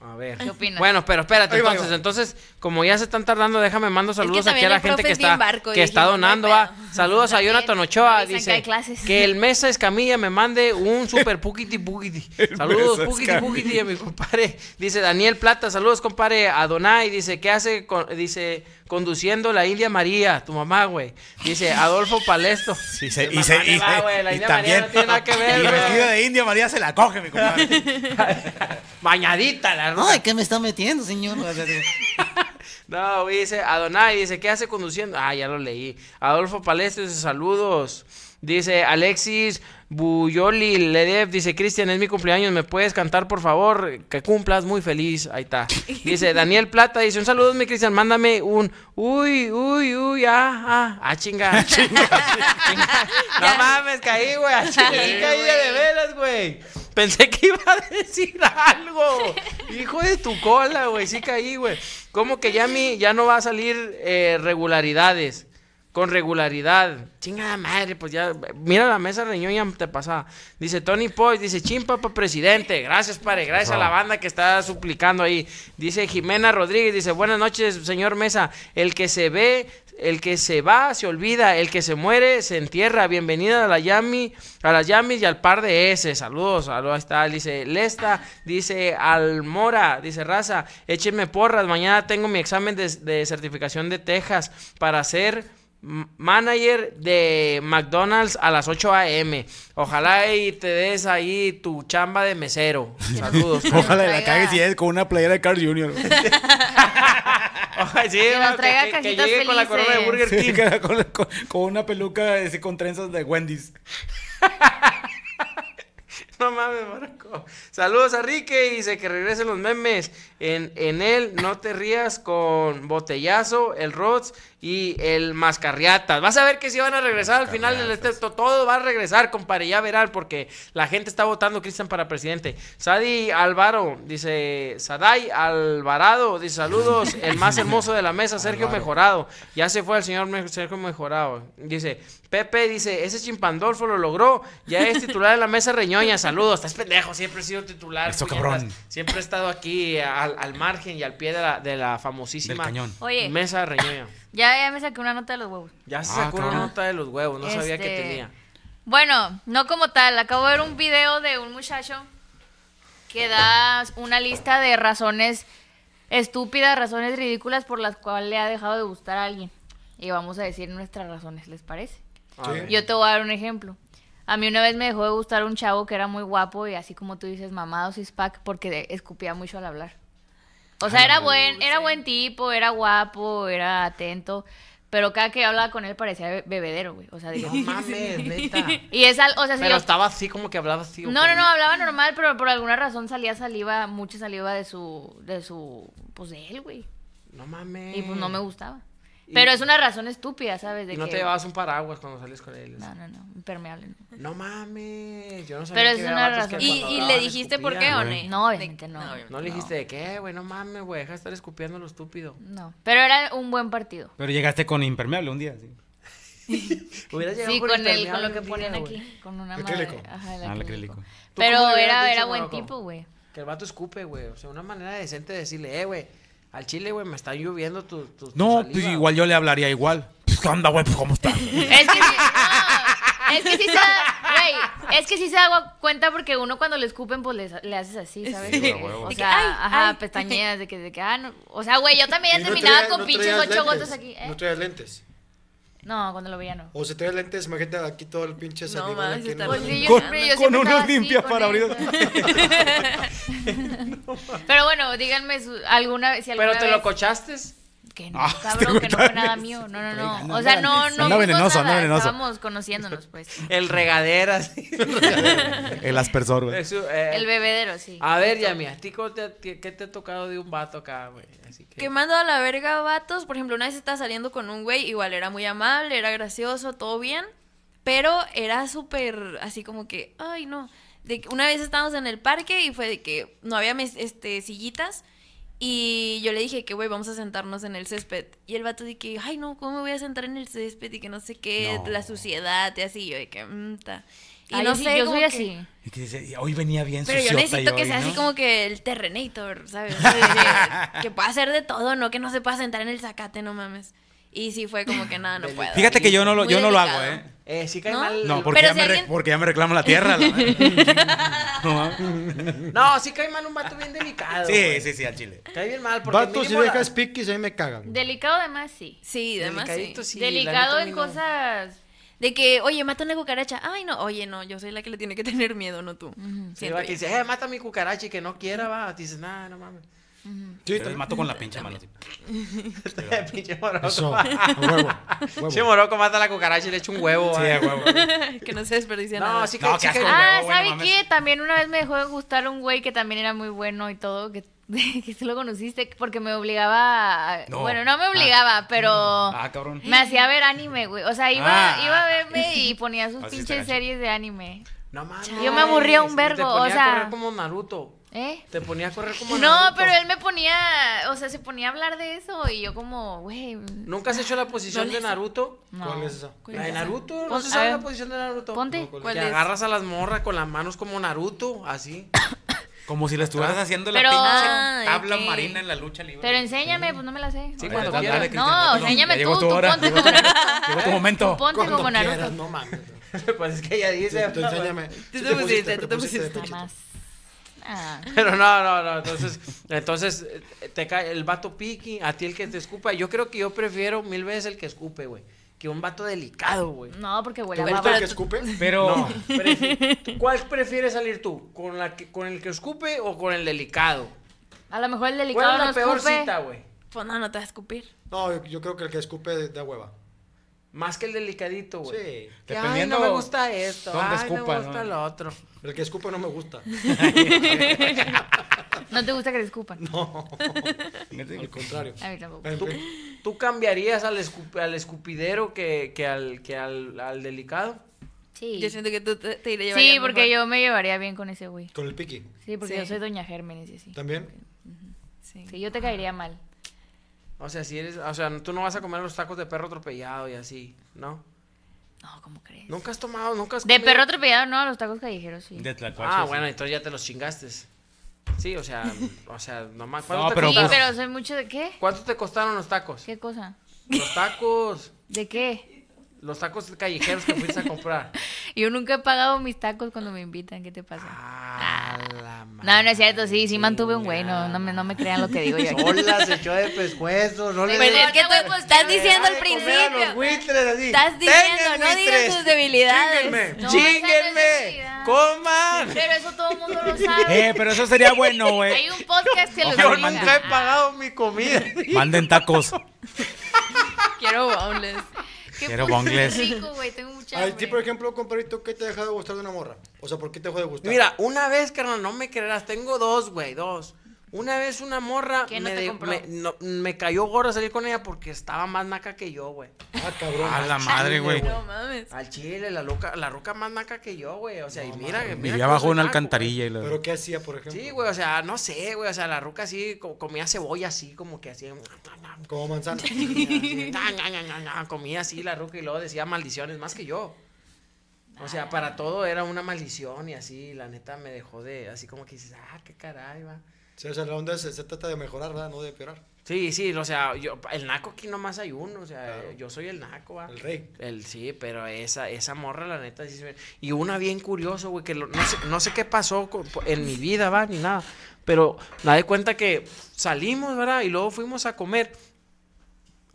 S2: A ver.
S6: ¿Qué opinas?
S2: Bueno, pero espérate,
S4: Ahí va,
S2: entonces,
S4: ahí va.
S2: entonces, como ya se están tardando, déjame mando saludos aquí
S3: también
S2: a la
S3: el
S2: gente
S3: profe
S2: que
S3: es bien
S2: está,
S3: barco y
S2: que está
S3: dijimos, no hay
S2: donando. ah.
S3: pedo.
S2: Saludos a
S6: También,
S2: Jonathan Ochoa,
S6: avisan que
S2: dice
S6: hay clases.
S2: que el Mesa Escamilla me mande un super pukiti pukiti. saludos,
S1: Mesa
S2: pukiti
S1: Escamilla.
S2: pukiti a mi compadre. Dice Daniel Plata, saludos, compadre Adonai, dice, ¿qué hace? con- dice, conduciendo la India María, tu mamá, güey. Dice Adolfo Palesto.
S1: Y, se,
S2: Qué
S1: y, se-
S2: mamá
S1: y
S2: le va,
S1: se-
S2: güey, la
S1: y
S2: India María
S1: también.
S2: no tiene nada que ver,
S1: y el
S2: güey.
S1: vestido de indio María se la coge, mi compadre.
S2: Bañadita la ropa.
S7: Ay, ¿qué me está metiendo, señor?
S2: No, güey, dice Adonai, dice, ¿qué hace conduciendo? Ah, ya lo leí. Adolfo Palestre, dice, saludos. Dice Alexis Buyoli Ledev, dice, Cristian, es mi cumpleaños, ¿me puedes cantar, por favor? Que cumplas, muy feliz. Ahí está. Dice Daniel Plata, dice, un saludo, mi Cristian, mándame un, uy, uy, uy, ah, ah, ah, chinga. no mames, caí, güey, ah, chinga, sí caí de veras, güey. Pensé que iba a decir algo. Hijo de tu cola, güey. Sí caí, güey. ¿Cómo que ya, mi, ya no va a salir eh, regularidades? Con regularidad. Chingada madre, pues ya. Mira la mesa reñoña te pasaba. Dice Tony Poy, dice chimpa para presidente. Gracias, padre. Gracias a la banda que está suplicando ahí. Dice Jimena Rodríguez, dice buenas noches, señor Mesa. El que se ve, el que se va, se olvida. El que se muere, se entierra. Bienvenida a la Yami, a las Yamis y al par de S. Saludos, saludos. Ahí está, dice Lesta, dice Almora, dice Raza. Échenme porras. Mañana tengo mi examen de, de certificación de Texas para hacer m- manager de McDonald's a las 8 a.m. Ojalá y te des ahí tu chamba de mesero. Saludos.
S1: Ojalá y la
S6: traiga-
S1: cagues y es con una playera de Carl Jr.
S2: Ojalá, sí,
S6: Que nos
S2: ¿no?
S6: traiga
S2: que, que
S6: cajitas
S2: llegue con la corona de
S6: felices.
S2: Burger King.
S1: Sí, cara, con, con- con una peluca ese, con trenzas de Wendy's.
S2: No mames, Marco. Saludos a Rique y dice que regresen los memes. En, en él, no te rías con Botellazo, el Rods y el Mascarriatas. Vas a ver que si van a regresar al final del este, to- todo va a regresar, compadre. Ya verán, porque la gente está votando Cristian para presidente. Sadi Alvaro dice: Saday Alvarado dice: Saludos, el más hermoso de la mesa, Sergio Mejorado. Ya se fue el señor Me- Sergio Mejorado. Dice: Pepe dice: Ese chimpandolfo lo logró. Ya es titular en la mesa reñoña. Saludos, estás pendejo, siempre he sido titular.
S1: Eso,
S2: puñetas.
S1: cabrón.
S2: Siempre he estado aquí al, al margen y al pie de la, de la famosísima
S1: Del cañón.
S6: Oye.
S2: mesa reñoña.
S6: Ya, ya me saqué una nota de los huevos.
S2: Ya se
S1: Ah,
S2: sacó una
S1: cabrón.
S2: nota de los huevos, no sabía que
S6: Este,
S2: tenía.
S6: Bueno, no como tal. Acabo de ver un video de un muchacho que da una lista de razones estúpidas, razones ridículas por las cuales le ha dejado de gustar a alguien. Y vamos a decir nuestras razones, ¿les parece?
S2: A ver.
S6: Yo te voy a dar un ejemplo. A mí una vez me dejó de gustar un chavo que era muy guapo y así como tú dices, mamado six-pack, porque de- escupía mucho al hablar. O sea, era buen, era buen tipo, era guapo, era atento, pero cada que hablaba con él parecía be- bebedero, güey. O sea, digo,
S2: No mames, neta.
S6: y es al, o sea, si
S2: Pero
S6: yo-
S2: estaba así como que hablaba así.
S6: no, no, no, hablaba normal, pero por alguna razón salía saliva, mucha saliva de su, de su, pues de él, güey.
S2: No mames.
S6: Y pues no me gustaba.
S2: Y-
S6: Pero es una razón estúpida, ¿sabes? De
S2: Y no
S6: que-
S2: te llevabas un paraguas cuando sales con él.
S6: No, no, no, impermeable. no.
S2: No mames. Yo no sabía
S6: Pero
S2: que
S6: es
S2: había
S6: una
S2: vatos que cuando
S6: razón. Y-
S3: y
S2: hablaban
S3: le dijiste por qué
S2: escupían,
S1: Ah,
S3: o
S2: güey.
S1: Eh,
S3: no.
S6: No, obviamente no.
S2: No le dijiste de qué, güey. No mames, güey. Deja de estar escupiendo lo estúpido.
S6: No, pero era un buen partido.
S1: Pero llegaste con impermeable un día. sí.
S2: Hubiera
S6: Sí,
S2: por
S6: con el,
S2: impermeable
S6: con lo
S2: un
S6: que
S2: día,
S6: ponían
S2: güey.
S6: aquí, con una
S4: El
S6: madre.
S4: acrílico.
S6: Ajá, el
S1: Ah, el
S6: acrílico.
S1: acrílico.
S2: cómo
S6: Pero
S2: le hubieras
S6: era,
S2: dicho,
S6: era buen
S2: Morocco?
S6: tipo, güey.
S2: Que el vato escupe, güey. O sea, una manera decente de decirle, eh, güey. Al chile, güey, me está lloviendo tu. tu- tu
S1: No,
S2: saliva,
S1: pues
S2: güey".
S1: igual yo le hablaría igual. Pues, ¿Qué onda, güey? Pues, ¿Cómo estás?
S6: Es que sí, no, es que sí se da, güey, es que sí se da cuenta porque uno cuando le escupen, pues le, le haces así, ¿sabes?
S1: Sí, a huevo.
S6: O
S1: De
S6: sea, ajá, pestañeas de que, de que, ah, no, o sea, güey, yo también
S4: Y
S6: ya
S4: no
S6: terminaba
S4: traía-
S6: con
S4: no
S6: pinches
S4: traías
S6: ocho
S4: lentes,
S6: gotas aquí. ¿eh?
S4: No traías lentes.
S6: No, cuando lo veía no.
S4: O si traías lentes, imagínate aquí todo el pinche
S3: No,
S4: salivón
S3: mames,
S4: aquí en
S3: está
S4: el-
S6: Pues sí, yo
S1: Con-
S6: siempre- yo
S1: con
S6: siempre
S1: unos
S6: estaba así,
S1: limpias
S6: con
S1: parabrisas.
S6: eso. Pero bueno, díganme su- alguna vez si alguna
S2: Pero te lo
S6: vez-
S2: cochaste.
S6: Que no,
S1: Ah,
S6: cabrón, que no fue nada mío. No, no, no. o sea, no, no. vimos
S1: venenoso, anda
S6: nada,
S1: venenoso.
S6: Estábamos conociéndonos, pues.
S2: El regadera, así.
S1: El aspersor, güey.
S2: Eso, eh,
S6: El bebedero, sí.
S2: A ver, Yami, ¿a ti cómo te- qué qué te ha tocado de un vato acá, güey? Así que.
S3: Quemando a la verga vatos. Por ejemplo, una vez estaba saliendo con un güey, igual era muy amable, era gracioso, todo bien. Pero era súper así como que, ay no. De que una vez estábamos en el parque y fue de que no había mes- este, sillitas. Y yo le dije que, güey, vamos a sentarnos en el césped. Y el vato de que, ay, no, ¿cómo me voy a sentar en el césped? Y que no sé qué,
S1: No.
S3: la suciedad y así. Yo de que, mm, ta. Y
S6: Ay,
S3: no
S6: sí,
S3: sé,
S6: yo
S3: como
S6: soy
S3: que-
S6: así.
S1: Y que dice, "Y hoy venía bien
S3: Pero yo
S1: suciota
S3: necesito que
S1: hoy,
S3: sea
S1: ¿no?"
S3: así como que el Terrenator, ¿sabes? O sea, que, que pueda hacer de todo, no que no se pueda sentar en el zacate, no mames. Y sí fue como que nada, no puedo.
S1: Fíjate que yo no lo,
S3: Muy
S1: yo no lo
S3: delicado.
S1: hago, ¿eh?
S2: Eh, sí cae
S3: ¿No?
S2: mal.
S1: No,
S3: por-
S1: porque,
S3: Pero
S1: ya
S3: si
S1: me re-
S3: alguien-
S1: porque ya me reclama la tierra. la verdad. No ¿ah? mames.
S2: No, sí cae mal un vato bien delicado.
S1: sí,
S2: güey.
S1: sí, sí, al chile.
S2: Cae bien mal porque
S4: Vatos y
S2: mínimo la-
S4: viejas piquis, a mí me cagan.
S6: Delicado, además, sí.
S3: Sí, además sí.
S2: Delicadito, sí, la
S6: Delicado
S2: neta,
S6: en
S2: a mí no.
S6: cosas.
S3: De que, oye, mata una cucaracha. Ay, no, oye, no, yo soy la que le tiene que tener miedo, no tú.
S2: Sí,
S3: Siento
S2: va que
S3: yo.
S2: dice, eh, mata a mi cucaracha y que no quiera, va. Dices, nah, no mames.
S4: Sí,
S1: Yo les mato con la pinche mano. así.
S2: Este Pinche moroco.
S4: Eso, a huevo, a huevo.
S2: Pinche moroco mata a la cucaracha y le echa un huevo.
S1: Sí,
S2: va.
S1: a huevo.
S3: que no se desperdicia
S2: No,
S3: nada.
S2: sí cae,
S1: No,
S2: sí
S1: qué
S2: cae-
S1: asco.
S6: Ah,
S1: huevo,
S6: ¿sabe
S1: no mames.
S6: qué? También una vez me dejó de gustar un güey que también era muy bueno y todo, que, que tú lo conociste, porque me obligaba. a-
S1: No.
S6: Bueno, no me obligaba, pero.
S1: Ah, cabrón.
S6: Me hacía ver anime, güey. O sea, iba,
S1: Ah.
S6: iba a verme y ponía sus
S1: Ah, sí, está
S6: pinches
S1: gacho.
S6: series de anime.
S2: No mames.
S6: Yo me aburría un
S2: Y te
S6: vergo, o
S2: ponía a
S6: sea.
S2: correr como Naruto.
S6: ¿Eh?
S2: Te ponía a correr como Naruto.
S6: No, pero él me ponía, o sea, se ponía a hablar de eso y yo como, güey,
S2: ¿Nunca has hecho la posición de Naruto?
S6: no.
S4: ¿Cuál es esa?
S2: La de Naruto, no
S6: Pon-
S2: se
S6: a
S2: sabe
S6: ver.
S2: la posición de Naruto.
S6: Ponte.
S2: No, ¿cuál
S3: ¿Cuál
S2: que
S3: es?
S2: agarras a las morras con las manos como Naruto, así.
S1: Como si le estuvieras haciendo la
S6: Pero-
S3: Ah,
S1: pinche tabla
S3: ok.
S1: marina en la lucha libre.
S6: Pero enséñame, pues no me la sé.
S2: Sí,
S1: A ver,
S2: cuando
S1: dale,
S2: quieras.
S1: dale, Cristian,
S6: No,
S1: dale.
S6: enséñame
S1: Ya
S6: tú,
S1: llegó tu
S6: tú
S1: hora,
S6: ponte
S1: llegó
S6: como
S1: tu-
S6: Naruto.
S1: Llegó tu momento.
S6: Ponte como
S4: quieras,
S6: Naruto.
S4: No mames.
S2: pues es que ella
S4: Tú,
S2: dice.
S4: tú
S2: pues.
S4: enséñame.
S3: te
S4: Sí
S3: pusiste, tú te
S4: de
S3: pusiste.
S4: pechito.
S6: Más. Ah.
S2: Pero no, no, no. Entonces, entonces eh, te cae el vato piqui, a ti el que te escupa. Yo creo que yo prefiero mil veces el que escupe, güey. que un vato delicado, güey.
S6: No, porque huele a
S4: ¿El
S6: baba.
S4: que escupe?
S1: Pero.
S2: No, prefi- ¿Cuál prefieres salir tú? ¿Con, la que- ¿Con el que escupe o con el delicado?
S6: A lo mejor el
S2: ¿Cuál
S6: delicado
S2: es la
S6: no
S2: peor
S6: escupe.
S2: cita, güey?
S3: Pues no, no te vas a escupir.
S4: No, yo, yo creo que el que escupe da hueva.
S2: Más que el delicadito, güey.
S4: Sí.
S2: Que, ay,
S1: Dependiendo
S2: no me gusta esto.
S1: dónde
S2: Ay,
S1: escupa,
S2: no me gusta
S1: ¿no?
S2: lo otro.
S4: El que escupe no me gusta.
S6: No te gusta que te escupan.
S4: No, al
S1: Fíjate que-
S4: contrario.
S6: A mí tampoco.
S4: En
S2: ¿Tú,
S4: fin,
S2: tú cambiarías al, escup- al escupidero que, que al, que al, al delicado?
S6: Sí.
S3: Yo siento que tú te, te iré
S6: Sí, porque yo me llevaría bien con ese güey.
S4: Con el piqui.
S6: Sí, porque
S3: Sí.
S6: yo soy doña Gérmenes y así.
S4: También.
S3: Sí.
S6: Sí, yo te caería mal.
S2: O sea, si eres, o sea, tú no vas a comer los tacos de perro atropellado y así, ¿no?
S6: No, ¿cómo crees?
S2: Nunca has tomado, nunca has
S6: De
S2: comido-
S6: perro atropellado, no, los tacos callejeros, sí.
S1: De tlacuaches.
S2: Ah, bueno, entonces ya te los chingaste. Sí, o sea, o sea, nomás. ¿Cuánto,
S1: No,
S2: te
S1: pero- pues-
S6: sí,
S2: costaron?
S6: pero soy mucho de qué?
S2: ¿Cuánto te costaron los tacos?
S6: ¿Qué cosa?
S2: Los tacos,
S6: ¿De qué?
S2: los tacos callejeros que fuiste a comprar.
S6: Yo nunca he pagado mis tacos cuando me invitan, ¿qué te pasa?
S2: Ah, la
S6: No, no es cierto, sí, sí mantuve un güey, no, no me, no me
S2: Ah,
S6: crean lo que digo yo. aquí.
S2: Hola, se echó de pescuezos, no le
S3: Pero
S2: des-
S3: es que tú- estás diciendo al
S2: de comer a los
S3: principio.
S2: buitres, así.
S3: Estás diciendo,
S2: Tengan
S3: no
S2: buitres.
S3: digas tus debilidades.
S2: Chínguenme,
S6: No,
S2: chínguenme,
S6: esa no es
S2: coman.
S6: Pero eso todo el mundo lo sabe.
S1: Eh, pero eso sería bueno, güey.
S6: Hay un podcast que lo
S2: Yo
S1: Ojalá
S6: explica.
S2: nunca he pagado mi comida.
S1: Manden tacos.
S3: Quiero baules.
S6: Qué
S1: Quiero
S6: puto
S1: bongles.
S6: rico, güey, tengo mucha
S4: A ti,
S6: hambre.
S4: por ejemplo, compadrito, ¿qué te deja de gustar de una morra? O sea, ¿por qué te dejó de gustar?
S2: Mira, una vez, carnal, no me creerás, tengo dos, güey, dos. Una vez una morra
S6: ¿Quién no
S2: me,
S6: te
S2: de-
S6: compró?
S2: me- no- me cayó gorda salir con ella porque estaba más naca que yo, güey.
S4: Ah, cabrón.
S1: A la madre, güey.
S3: No mames.
S2: Al chile, la loca, la roca más naca que yo, güey. O sea, y mira, mira.
S1: Vivía
S2: cómo
S1: bajo
S2: soy
S1: una
S2: naco, güey.
S1: alcantarilla y la.
S4: ¿Pero qué hacía, por ejemplo?
S2: Sí, güey, o sea, no sé, güey, o sea, la ruca así co- comía cebolla así, como que así,
S4: Como manzana.
S2: así, na, na, na, na, na, comía así la ruca y luego decía maldiciones más que yo. O sea, para todo era una maldición y así, la neta me dejó de, así como que dices, ah, qué caray, va.
S4: Sí, o sea, la onda se, se trata de mejorar, ¿verdad? No de empeorar.
S2: Sí, sí, o sea, yo, el naco aquí nomás hay uno, o sea, yo soy el naco, va.
S4: El rey.
S2: El, sí, pero esa, esa morra, la neta, sí se ve. Y una bien curioso, güey, que lo- no, sé, no sé qué pasó co- po- en mi vida, va, ni nada. Pero me de cuenta que salimos, ¿verdad? Y luego fuimos a comer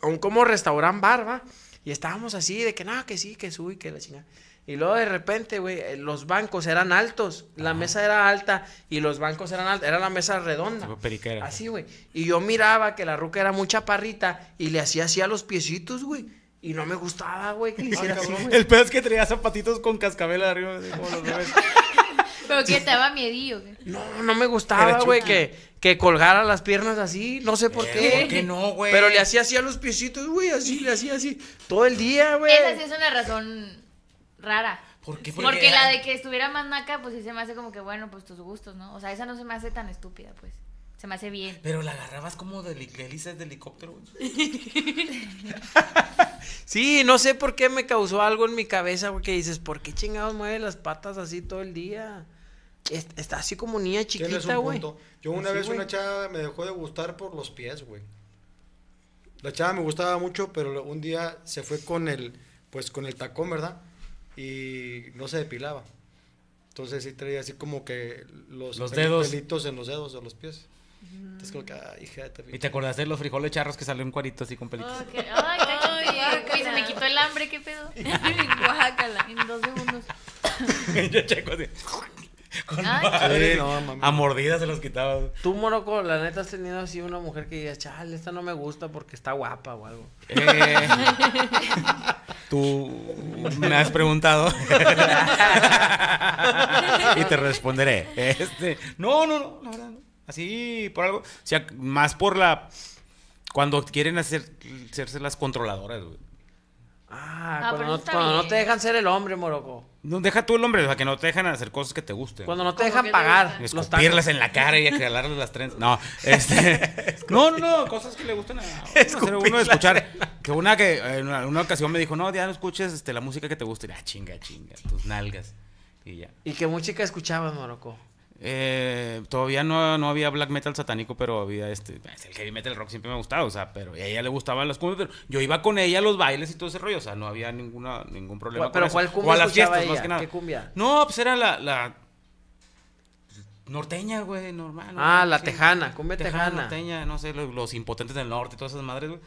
S2: a un como restaurante bar, va. Y estábamos así, de que nada, que sí, que subí, que la chingada. Y luego de repente, güey, eh, los bancos eran altos, la mesa era alta y los bancos eran altos, era la mesa redonda.
S1: Tipo periquera.
S2: Así, güey. Y yo miraba que la ruca era muy chaparrita y le hacía así a los piecitos, güey. Y no me gustaba, güey,
S1: Ah,
S2: que le hiciera así, güey.
S1: El pedo es que traía zapatitos con cascabel arriba. así como los bebés.
S6: Pero que estaba miedillo. ¿qué?
S2: No, no me gustaba, güey, que, que colgara las piernas así. No sé por qué.
S1: Eh, ¿por qué no, güey?
S2: Pero le hacía así a los piecitos, güey, así, le hacía así. Todo el día, güey.
S6: Esa sí es una razón rara.
S1: ¿Por qué?
S6: Pues, Porque la de que estuviera más naca, pues sí se me hace como que, bueno, pues tus gustos, ¿no? O sea, esa no se me hace tan estúpida, pues. Se me hace bien.
S1: Pero la agarrabas como de hélices de helicóptero, güey.
S2: Sí, no sé por qué me causó algo en mi cabeza, güey, que dices, ¿por qué chingados mueve las patas así todo el día? Es- Está así como niña
S4: Tienes
S2: chiquita,
S4: un
S2: güey.
S4: punto. Yo una
S2: Sí,
S4: vez
S2: güey.
S4: una chava me dejó de gustar por los pies, güey. La chava me gustaba mucho, pero lo- un día se fue con el, pues con el tacón, ¿verdad? Y no se depilaba. Entonces sí traía así como que los,
S1: Los
S4: pel-
S1: dedos.
S4: pelitos en los dedos de los pies. Entonces como que, ah, hija de
S1: ¿Y te acordaste de los frijoles charros que salió un cuarito así con pelitos?
S6: Ok. Ay, cacho,
S3: Ay,
S6: guácala.
S3: guácala.
S6: Güey, se me quitó el hambre, qué pedo.
S3: Guácala.
S6: En dos segundos.
S1: Yo checo así. Con
S6: Ay.
S1: madre.
S4: Sí, no, mami.
S1: A mordidas se los quitaba.
S2: Tú, Moroco, la neta has tenido así una mujer que digas, chale, esta no me gusta porque está guapa o algo.
S1: Eh, tú me has preguntado. y te responderé. Este, no, no, no, la verdad no. Así por algo. O sea, más por la. Cuando quieren hacer, hacerse las controladoras, güey.
S2: Ah,
S6: Ah,
S2: cuando,
S6: pero
S2: no,
S6: eso está
S2: cuando no
S6: bien.
S2: te dejan ser el hombre, Moroco.
S1: No, deja tú el hombre, o sea, que no te dejan hacer cosas que te gusten.
S2: Cuando no te
S6: Como
S2: dejan
S6: que te
S2: pagar
S6: gusta.
S2: los tacos.
S1: Escupirlas en la cara y jalarles las trenzas. No, este. no, no, no, cosas que le gustan a uno, hacer uno de escuchar. Que una que eh, en una, una ocasión me dijo, no, ya no escuches este, la música que te gusta. Y ah, chinga, chinga, tus nalgas. Y ya.
S2: Y que música escuchabas, Moroco.
S1: Eh, todavía no, no había black metal satánico, pero había este. pues, El heavy metal rock siempre me ha gustado, o sea, pero y a ella le gustaban las cumbias, pero yo iba con ella a los bailes y todo ese rollo, o sea, no había ninguna, ningún problema.
S2: ¿Cuál-
S1: con
S2: pero cuál
S1: eso.
S2: cumbia
S1: O a las
S2: escuchaba
S1: fiestas, más
S2: ella?
S1: que nada.
S2: ¿Qué cumbia?
S1: No, pues era la. la norteña, güey, normal.
S2: Ah,
S1: normal,
S2: la tejana, cumbia
S1: Tejana,
S2: tejana.
S1: norteña, no sé, lo- los, impotentes del norte, todas esas madres, güey.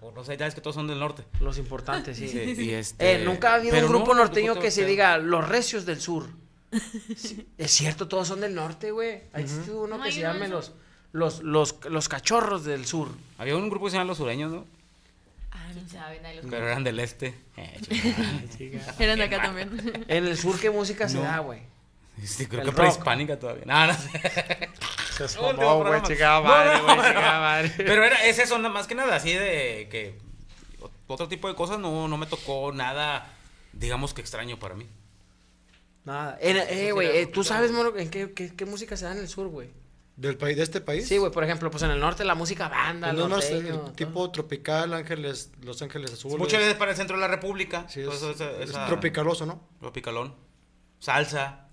S1: O no sé, ya es que todos son del norte.
S2: Los importantes, sí.
S1: Sí, y este-
S2: Eh, nunca ha habido
S1: pero
S2: un grupo
S1: no,
S2: norteño
S1: Tocotó-
S2: que se
S1: pero-
S2: diga los recios del sur. Sí, es cierto, todos son del norte, güey. Ha existido uno
S8: No
S2: que
S8: hay
S2: se
S8: uno
S2: llame
S8: del
S2: los, los, los, los cachorros del sur.
S1: Había un grupo que se llamaban los sureños, ¿no?
S6: ¿Quién sabe? Nadie los-
S1: Pero eran del este. Eh, chingada.
S8: Eran de acá también.
S2: En el sur, ¿qué música se da, güey?
S1: sí, creo
S2: El
S1: que
S2: rock.
S1: prehispánica todavía. No, no sé.
S2: mamó,
S1: Último
S2: güey,
S1: programa.
S2: chingada madre,
S1: No,
S2: güey,
S1: no,
S2: chingada
S1: no.
S2: madre.
S1: Pero era, es eso, nada más que nada, así de que ot- otro tipo de cosas no, no me tocó nada, digamos que extraño para mí.
S2: Nada. En- eh, güey, eh, ¿tú sabes, moro, en qué, qué- qué música se da en el sur, güey?
S9: ¿Del país, de este país?
S2: Sí, güey, por ejemplo, pues en el norte la música banda,
S9: Pues no más
S2: norteño,
S9: el
S2: todo.
S9: tipo tropical, Ángeles, Los Ángeles Azules.
S1: Muchas veces para el centro de la República.
S9: Sí, es,
S1: todo eso, esa-
S9: es
S1: Pues, esa-
S9: tropicaloso, ¿no? O
S1: Tropicalón. Salsa.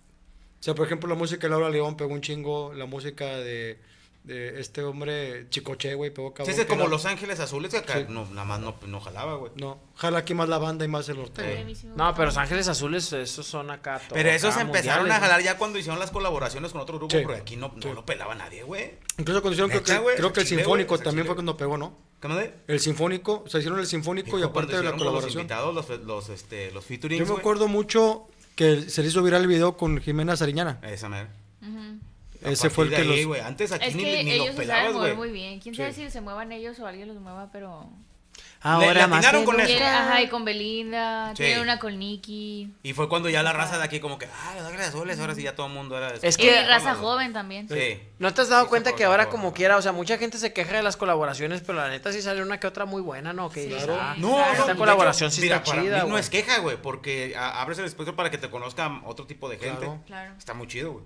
S9: sea, por ejemplo, la música de Laura León pegó un chingo, la música de, de este hombre Chicoche, güey, pegó
S1: Sí,
S9: cabrón.
S1: es como
S9: pero-
S1: Los Ángeles Azules, que acá
S9: Sí.
S1: no, nada más no, no jalaba, güey. Eh,
S9: No, jala aquí más la banda y más el norteño.
S2: No, pero Los Ángeles Azules, esos son acá. todo
S1: Pero esos
S2: acá,
S1: empezaron
S2: mundiales,
S1: a jalar ya cuando hicieron las colaboraciones con otro grupo,
S9: Sí.
S1: porque aquí no, no
S9: Sí.
S1: lo pelaba nadie, güey.
S9: Incluso cuando hicieron, creo
S1: Neta,
S9: que,
S1: güey,
S9: creo que el
S1: Chile,
S9: Sinfónico
S1: güey,
S9: también
S1: Chile.
S9: fue cuando pegó, ¿no?
S1: ¿Qué me de?
S9: El Sinfónico, se hicieron el Sinfónico y
S1: Cuando
S9: aparte de la
S1: hicieron con Los
S9: colaboración.
S1: invitados, los, los, este, los featuring.
S9: Yo me acuerdo mucho que se le hizo viral el video con Jimena Sariñana.
S1: Esa manera.
S9: Ese fue el que los...
S1: güey. Antes aquí
S6: Es
S1: ni,
S6: que
S1: ni
S6: ellos
S1: los
S6: se saben
S1: pelabas,
S6: mover
S1: güey.
S6: muy bien. ¿Quién sabe
S9: Sí.
S6: si se muevan ellos o alguien los mueva? Pero...
S2: Ahora
S1: Le- le
S2: más.
S1: atinaron
S2: que
S1: con
S2: nunca.
S1: eso.
S6: Ajá, y con Belinda.
S1: Sí.
S6: Tienen una con Nicky.
S1: Y fue cuando ya la raza de aquí como que, ah, los ángeles azules, ahora sí ya todo el mundo era... de-
S2: Es
S6: Y
S2: que-
S6: raza joven también.
S1: Sí.
S2: ¿No te has dado
S1: Sí,
S2: cuenta
S1: se
S2: que ahora
S1: cortó,
S2: como
S1: ¿no?
S2: quiera, o sea, mucha gente se queja de las colaboraciones, pero la neta sí sale una que otra muy buena, ¿no? Que dices,
S6: Claro.
S2: ah,
S1: No, no,
S2: esta
S1: de hecho,
S2: colaboración sí
S1: mira,
S2: está
S1: para
S2: chida,
S1: mí no
S2: güey.
S1: es queja, güey, porque a- abres el espectro para que te conozcan otro tipo de gente.
S9: Claro.
S6: Claro.
S1: Está muy chido, güey.